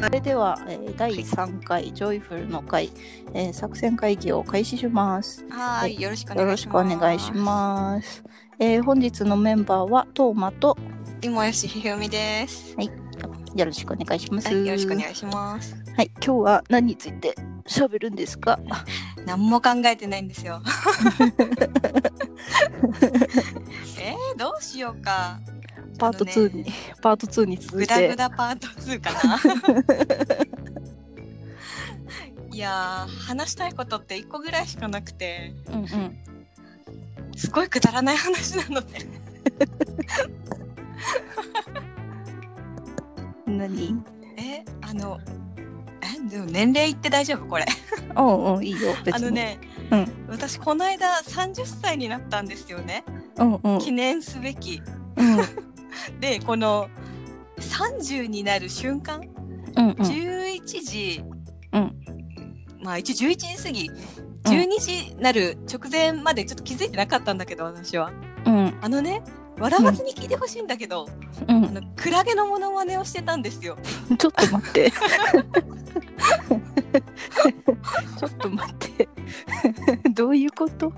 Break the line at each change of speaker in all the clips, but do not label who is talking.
それでは、えー第3回ジョイフルの会、えー作戦会議を開始します。
はーい、よろしくお
よ
願
ろ
いし
しくお
ます。
願いします。えー本日のメンバーはトーマと
す。今よしひよみです。
よろしくお願いします。
はい、よろしくお願いします。
はい、今日は何について喋るんですか。
何も考えてないんで すよ。えー、どうしようか。
パート2に、パート2に続
グ
い
ダグ
て。
ダパート2かな。 いやー話したいことって一個ぐらいしかなくて
うんうん。
すごいくだらない話なので
何？
えあのえでも年齢いって大丈夫これ
うんうんいいよ別に。
あの。ね、
うん
私この間30歳になったんですよね
うんうん。うん
記念すべきでこの30になる瞬間、
うんうん。
11時、
うん
まあ一応11時過ぎ12時なる直前までちょっと気づいてなかったんだけど私は
うん
あのね笑わずに聞いてほしいんだけど、
う
あのクラゲのモノマネをしてたんですよ。
ん。ちょっと待 って。 ちょっと待って。 どういうこと？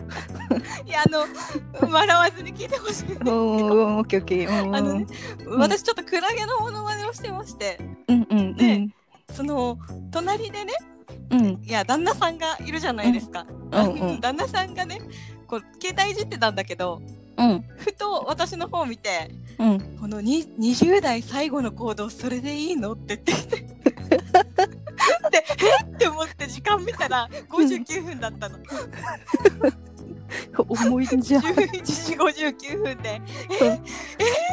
いやあの笑わずに聞いてほしい。
うんうんうんオッケーオッケー。うん
あのね、
ん
私ちょっとクラゲのモノマネをしてまして
うんうんうん
ねその隣でね
うん
いや旦那さんがいるじゃないですか、
うんうんうん
旦那さんがねこう携帯いじってたんだけど
うん
ふと私の方を見て
うん。
「このに20代最後の行動それでいいの?」って言ってきて。でえっって思って時間見たら59分だったの、
重いんじゃん。
11時59分でえ
うん
え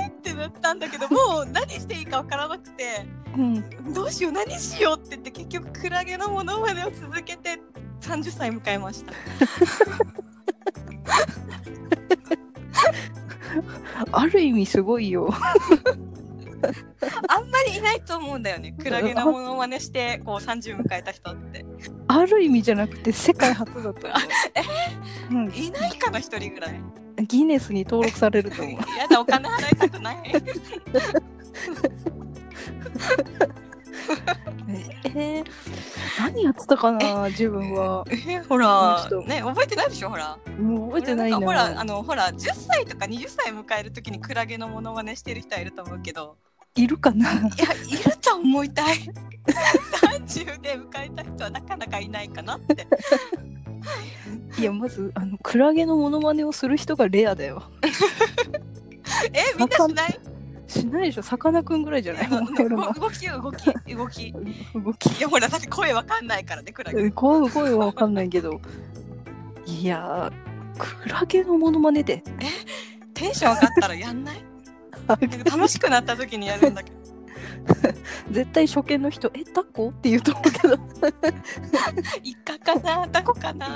えってなったんだけどもう何していいかわからなくて
うん。
どうしよう何しようって言って結局クラゲのものまでを続けて30歳迎えました
ある意味すごいよ。
あんまりいないと思うんだよね。クラゲのモノマネして、こう30迎えた人って。
ある意味じゃなくて世界初だと思う。うん。
いないかな、一人ぐらい。
ギネスに登録されると思う。
やだ、お金払いたくない。
えー、何やってたかな自分は
え、ほ
ら
ら、ね、覚えてないでしょ、ほら。
もう覚えてないな
俺んかほら、あの、ほら、10歳とか20歳迎えるときにクラゲのモノマネしてる人はいると思う けど、
いるかない
や、いると思いたい。30で迎えた人はなかなかいないかなって。
いやまずあのクラゲのモノマネをする人がレアだよ
え、みんなしない
しないでしょさかなクンぐらいじゃない
あの
俺も
動き、動き、動き。い
動き
や、ほら、だって声わかんないからね、クラゲ。
声は声は分かんないけどいやークラゲのモノマネで
テンション上がったらやんないなんか楽しくなった時にやるんだ けど。
絶対初見の人「えタコ?」って言うと思うけど
イカかなタコか な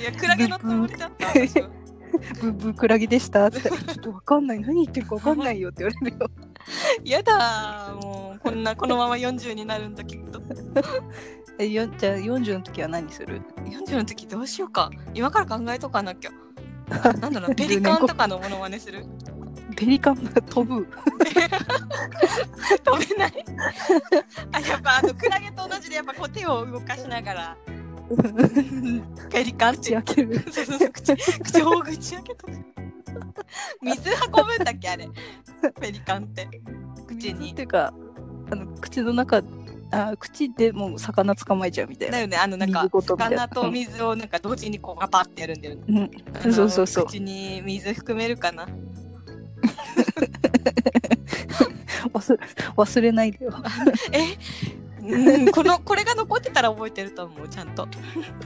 いや、クラゲのつもりだった私は
「ブーブークラゲでした」って言ったらえちょっと分かんない何言ってるか分かんないよ」って言われるよ
やだもう、こんな、このまま40になるんだけど。
えよじゃあ40の時は何する
40の時どうしようか。今から考えとかなきゃ。 なんだろう、ペリカンとかのものまねする
ペリカンが飛ぶ
飛べない あ、やっぱあの、クラゲと同じで、やっぱこう手を動かしなが ら、ペリカンっ
口
て
開ける
そうそうそう口口大口開けとく水運ぶんだっけあれペリカンって
水
口
っ
に
ていうかあの口の中あ口でもう魚捕まえちゃうみたい
だ
な
よねあのなんか
水ごとみたいな
魚と水をなんか同時にこうパパってやるんだよね
うん
あの
そうそうそう
口に水含めるかな
忘れ忘れないでよ
えうん、このこ れが残ってたら覚えてると思うちゃんと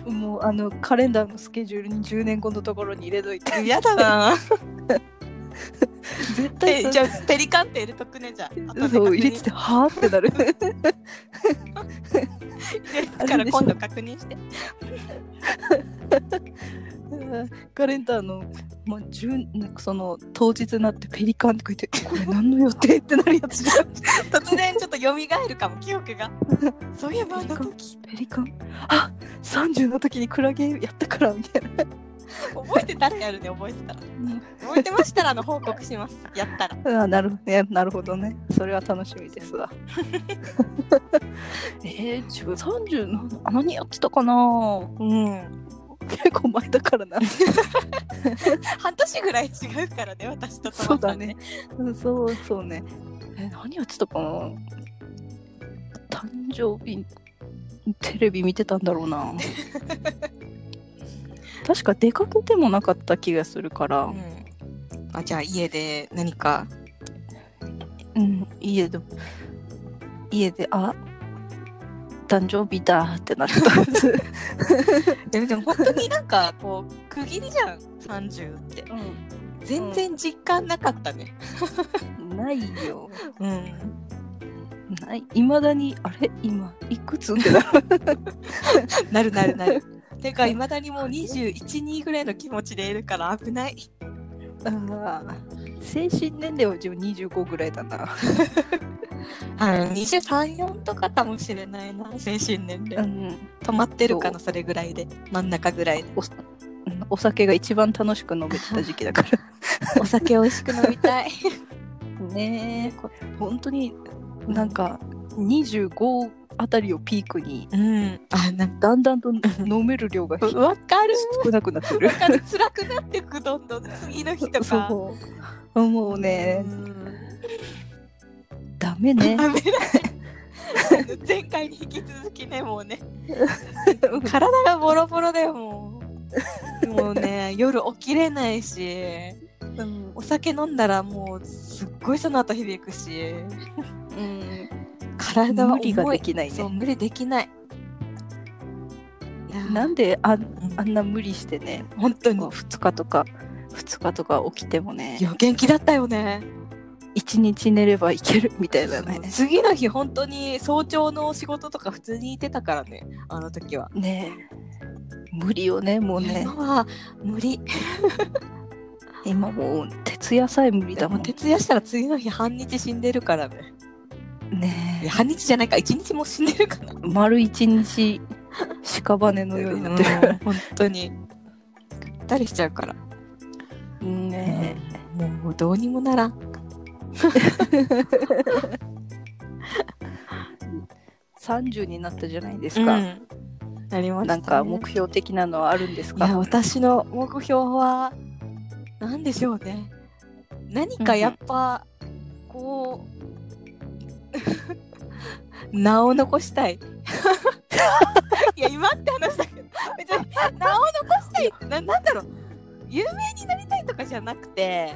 もうあのカレンダーのスケジュールに10年後のところに入れとい て
嫌だな
絶対
え
そ
じゃあペリカンって入れとくねじゃあ
そ
後で確
う
認
入れててはあってなる
入れるから今度確認して
うん カレンダーの、まあ、10なんかその当日になってペリカンって書いてこれ何の予定ってなるやつじゃん
突然ちょっと蘇るかも記憶 がそういえばあの時
ペリカンあ30の時にクラゲやったからみたいな
覚えてたってあるね覚えてたら覚えてましたらあの報告しますやったら
あなるほどねなるほどねそれは楽しみですわ えー、自分30のあ何やってたかな
うん
結構前だからな
半年ぐらい違うからね私と
そう
友
だ
さん
ねうんそうそうねえー何やってたかな誕生日テレビ見てたんだろう な確か出かけてもなかった気がするから、
うんあじゃあ家で何か
うん、家で家であ誕生日だってなってたはず、
でもでも本当になんかこう区切りじゃん30って全然実感なかったね
ないよ
うん
ないいまだにあれ今いくつってなる
なるなるなるてかいまだにもう212ぐらいの気持ちでいるから危ない
あー精神年齢は自分25ぐらいだな
あの234とかかもしれないな精神年
う
齢
ん
止まってるかなそれぐらいで真ん中ぐらいで
おうんお 酒が一番楽しく飲めてた時期だから
お酒美味しく飲みたい
ねえこ本当になんか25あたりをピークに
うんあなんか
だんだんと飲める量が 少
わかる
なくなってる
わかる辛くなってくどんどん次の日とか
そうもうね、
うん
ダメ ね
ダメだ前回に引き続きねもうね体がボロボロでも うもうね夜起きれないし
うん
お酒飲んだらもうすっごいその後響くし体は
無
重
理
い
ができない
そう
ね
無理できないいやー
なんであ
うん
あんな無理してね
本当に
2日とか2日とか起きてもね
いや元気だったよね
1日寝ればいけるみたいなね
次の日本当に早朝の仕事とか普通にいてたからねあの時は、
ねえ無理よねもう
いや
ね
今は無理
今もう徹夜さえ無理
で
だも
も
ん
徹夜したら次の日半日死んでるからねいや
ね
半日じゃないか一日も死んでるかな
え丸一日屍のようになって
う
る
ん本当にぐったりしちゃうから、
ね
もうどうにもならん
え30になったじゃないですか、
うんなりましたね
なんか目標的なのはあるんです
い
か
や私の目標は何でしょうね何かやっぱ、こう 名を残したい いや今って話だけど別に名を残したいってななんだろう有名になりたいとかじゃなくて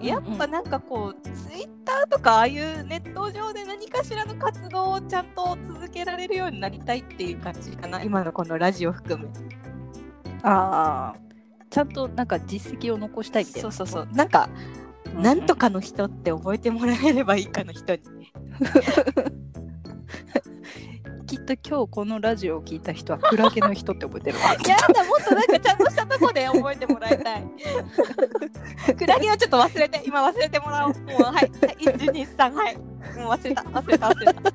やっぱなんかこうツイッターとかああいうネット上で何かしらの活動をちゃんと続けられるようになりたいっていう感じかな今のこのラジオ含め。
ああちゃんとなんか実績を残したいみたいな
そうそうそうなんか、
うん
なんとかの人って覚えてもらえればいいかの人に
きっと今日このラジオを聞いた人はクラゲの人って覚えてるわ
やだもっとなんかちゃんとしたとこで覚えてもらいたいクラゲはちょっと忘れて今忘れてもらおうもうはいはい1223はいもう忘れた忘れた忘れた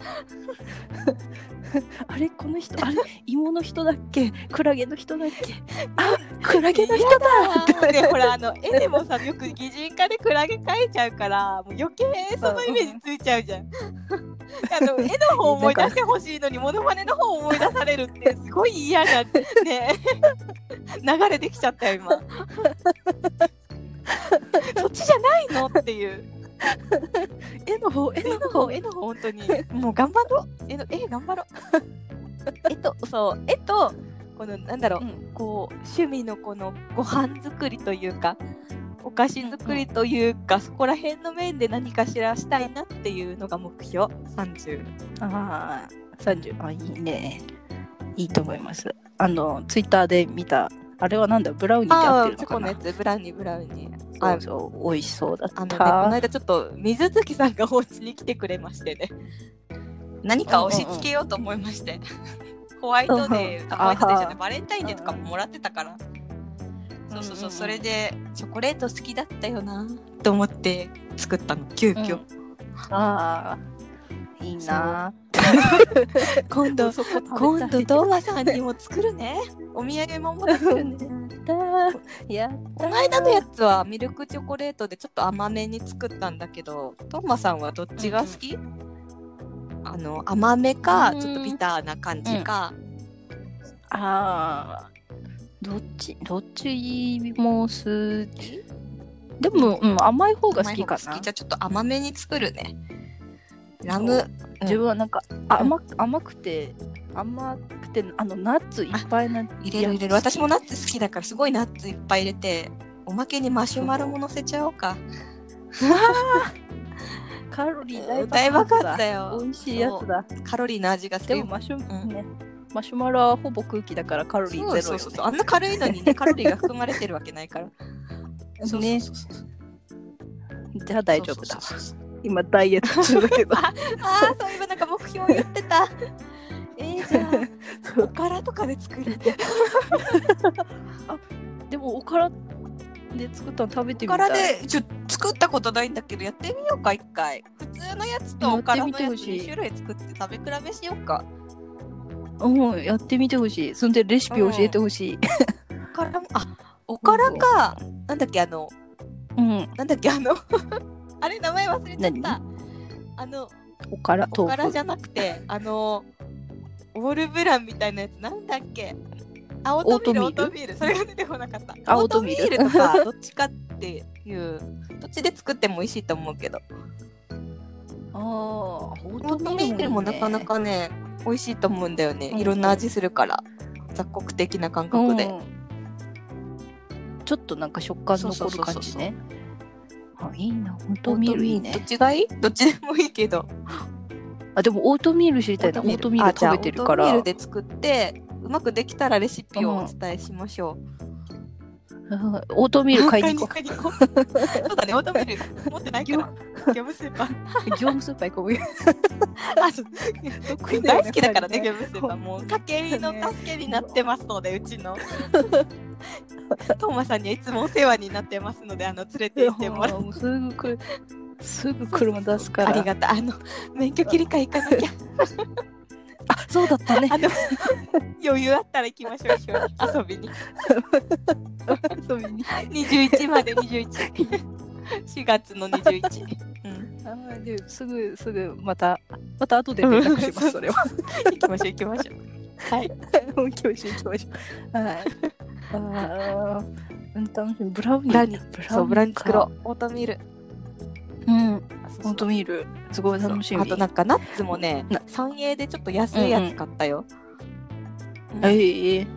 あれこの人 あれ芋の人だっけクラゲの人だっけあクラゲの人だって
でほらあの絵でもさよく擬人化でクラゲ描いちゃうからもう余計そのイメージついちゃうじゃんあ の絵の方思い出してほしいのにモノマネの方思い出されるってすごい嫌な ね流れできちゃったよ 今そっちじゃないのっていう
絵の方絵
絵の
の
方
方
絵の方本当にもう頑張ろう絵の絵頑 張ろうえっとそう絵とこのなんだろうこう趣味のこのご飯作りというかお菓子作りというか、そこら辺の面で何かしらしたいなっていうのが目標30
ああ30あいいねいいと思いますあのツイッターで見たあれはなんだブラウニーって合っ
あ
て
あ
る
チ
の
ョコ
か
の
な
やつブラウニーブラウニー
そうそう美味しそうだっ
あの、ね、この
た、
間ちょっと水月さんがお家に来てくれましてね何か押し付けようと思いま して、ホワイトデ
うんう
ー
ん
とホワイトデーじ
あ
ゃな
はい
バレンタインデーとかももらってたから、そうそうそう、それでチョコレート好きだったよなと思って作ったの急
うん
遽、
ああいいな
今度
そこ食べたい
今度ドーマさんにも作るねお土産も持ってくるね
ったーやった
この間のやつはミルクチョコレートでちょっと甘めに作ったんだけどトンマさんはどっちが好き、あの甘めか
うん
ちょっとビターな感じか、
あーどっちどっちもすでも、うん、甘い方が好きか
甘い方が
な
好きじゃあちょっと甘めに作るねラムうん
自分はなんか甘,、甘くて甘くてあのナッツいっぱいな
入れる入れる私もナッツ好きだからすごいナッツいっぱい入れておまけにマシュマロも乗せちゃおうか
カロリー
大
大
爆
爆
発
発
だ
だ
よ
美味しいやつだ
カロリーの味がす
で
る
もマシュ,、
うん
ね、マシュマロはほぼ空気だからカロリーゼロよ、ね、
そうそうそうそうあんな軽いの にねカロリーが含まれてるわけないからそうそう
ね
そうそう
じゃあ大丈夫だ
そうそうそうそう
今ダイエット中だけ ど
ああそういえばなんか目標言っ てたえー、じゃあおからとかで作る
でもおからで作ったの食べて
お
みた
か
い
らでちょ作ったことないんだけどやってみようか一回普通のやつとおからのやつ
やってみてほしい
2種類作って食べ比べしようか
うんやってみてほしいそんでレシピ教えてほしい
おからもあおからかなんだっけあの
うん、
なんだっけあの あれ名前忘れちゃったあの
おから
お
豆腐
からじゃなくてあのオールブランみたいなやつなんだっけあオートミールオ
オ
ー
ートミール
トミールそれが出てこなかった
あオートミール
オートミールとかどっちかっていうどっちで作っても美味しいと思うけど
あーオ
オートミールもなかなかね美味しいと思うんだよね、
うん
いろんな味するから雑穀的な感覚で、
うんちょっとなんか食感
そうそ
残
う
る
そ
感
うそう
じねあいいなオートミールいい
ど
ね
っちがいいどっちでもいいけど
あでもオートミール知りたいなオートミール食べてるか
あじゃあ
ら
オートミールで作ってうまくできたらレシピをお伝えしましょう、
うんオートミール買いに行こ
買いに行こうそうだねオートミール持ってないから業務スーパー
う 業務スーパー行こう
あそう
得意だよ
大
ね
好きだからね
二人
業務スーパーもう家 計の助けになってますのでうち のトーマさんにはいつもお世話になってますのであの連れて行ってもらって
もうすぐ来るすぐ車出すか
あ
ら
りがたいあの免許切り替え行かなきゃ
あそうだったね
あの 余裕あったら行きましょう一緒に遊びに
遊びに
21まで214月の21、うん、
あーですぐすぐまたまた後で連絡しま
う
す
ん
それは
行きましょう行きましょうはい
もう教師行きましょう。はい。ああ、うん、楽しみ。ブラウニー。
ブラウニ
ー。
そうブラウニー作ろ
う。
うオートミール
うん。
そ
オ
う
ートミール。すごい楽しみ。
あとなんかナッツもね
な
三栄でちょっと安いやつ買ったよ、うん
ええ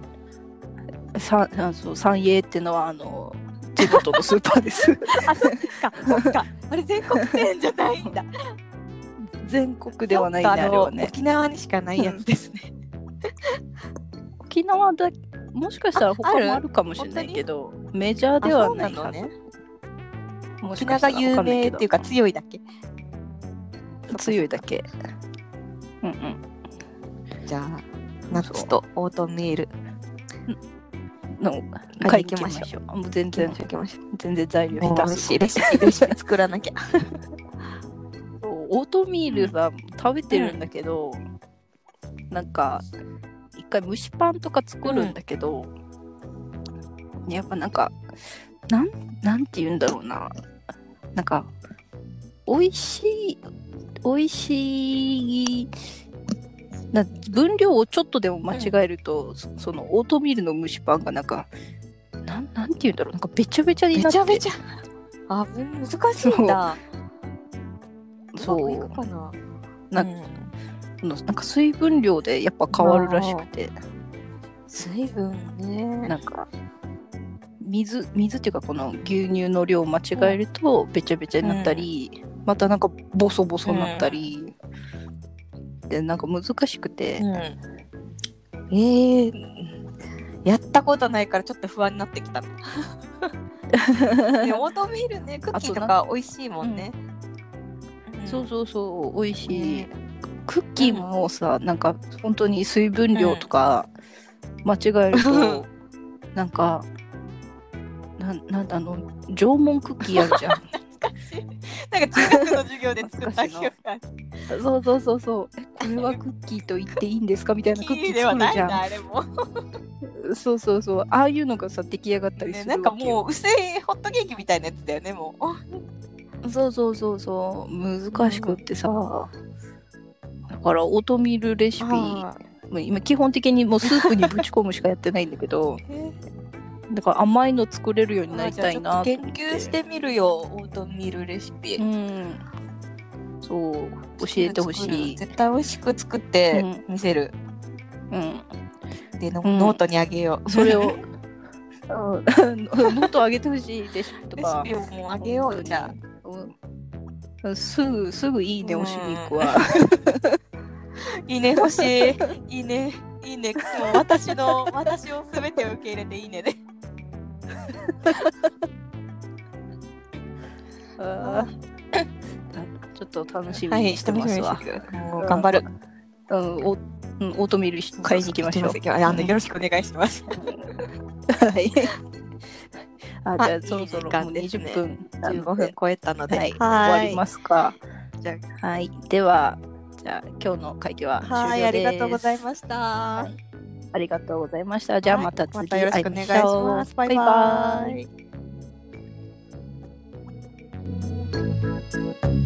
さ、あ、そう、三栄ってのは、あの。地元のスーパーです。
あそっかそっかあれ全国店じゃない んだ
全国ではないね、
そっか
あれはね。
沖縄にしかないやつですね
沖縄だ。もしかしたら、他
あある
もあるかもしれないけど。メジャーではない
あそうなの
はず
ね。
も
沖
しか
縄
したら
が
わ
有
かんない
名
け
っ
ど
ていうか強いだけ
強いだけ。うんうん
じゃあナッツとオートミール
の買
買い
い
に
に行
行き
き
ま
ま
しょう
しょう。あもう全
行き
然
ましょう行きましょう
全然材料
もう
下
美
手
味
す
しいレシピレシピ作らなきゃ
オートミールは食べてるんだけど、なんか一回蒸しパンとか作るんだけど、やっぱなんかなんなんて言うんだろうななんか美味しい美味しいな分量をちょっとでも間違えると、そそのオートミールの蒸しパンがなんかなんなんて言うんだろうなんかべちゃべちゃに
べ
なって
ちゃべちゃあ難しいんだ
そう
まくいくかな
な
うん
のなんか水分量でやっぱ変わるらしくて
水分ね
なんか水水っていうかこの牛乳の量を間違えるとべちゃべちゃになったり、またなんかボソボソになったり、でなんか難しくて、
うんえーやったことないからちょっと不安になってき たでもオートミールねクッキーとか美味しいもんねん
そうそうそう美味しい、クッキーもさなんか本当に水分量とか間違えると、
う
なんかなんなんだあの縄文クッキーあるじゃん
懐かしいなんか中学の授業で作った記憶がある。
そうそうそうそう えこれはクッキーと言っていいんですかみたいなクッキ
キー
ー
では
作る
ない
じ
ん
ゃん
だ、あれも。
そうそうそうああいうのがさ出来上がったりす
ね
る
なんかも
わ
う薄いホットケーキみたいなやつだよね、もう。
けよそうそうそうそう難しくってさ、だからオートミールレシピも
あー
う今基本的にもうスープにぶち込むしかやってないんだけど
え
だから甘いの作れるようになりたいな
あ
と
じゃあ
思
ち
っ
ょ
て
っと研究してみるよ、オートミールレシピ。
うんそう教えてほしい、
絶対美味しく作っ
う
て
ん
見せる。
うん、
で、の
うん
ノートにあげよう。
それをノ ートあげてほしいレシピと
レ
か
シピをもうあげようじゃあ。
うんすぐすぐいいね押しに行くわ。
いいね欲しい。いいね。いいね。もう私の私をすべてを受け入れていいねで。
あーちょっと楽しみにしてますわ。
もう頑張る。
うん、おうんオートミールし買いに行きましょう。
今日はあのよろしくお願いします。
はい。あじゃ
あ
あそろそろ
いい時間
もう
ですね
20分なんで
15分超えたので、
はい、終わり
す。
ますか。
じゃ
はい、ではじゃあ今日の会議は終了です。
はい、ありがとうございました。
いありがとうございました。じゃあまた
ま
次
たよろしくお願いし
会ま
ま
し
す。
ょう
バイバイ。
イ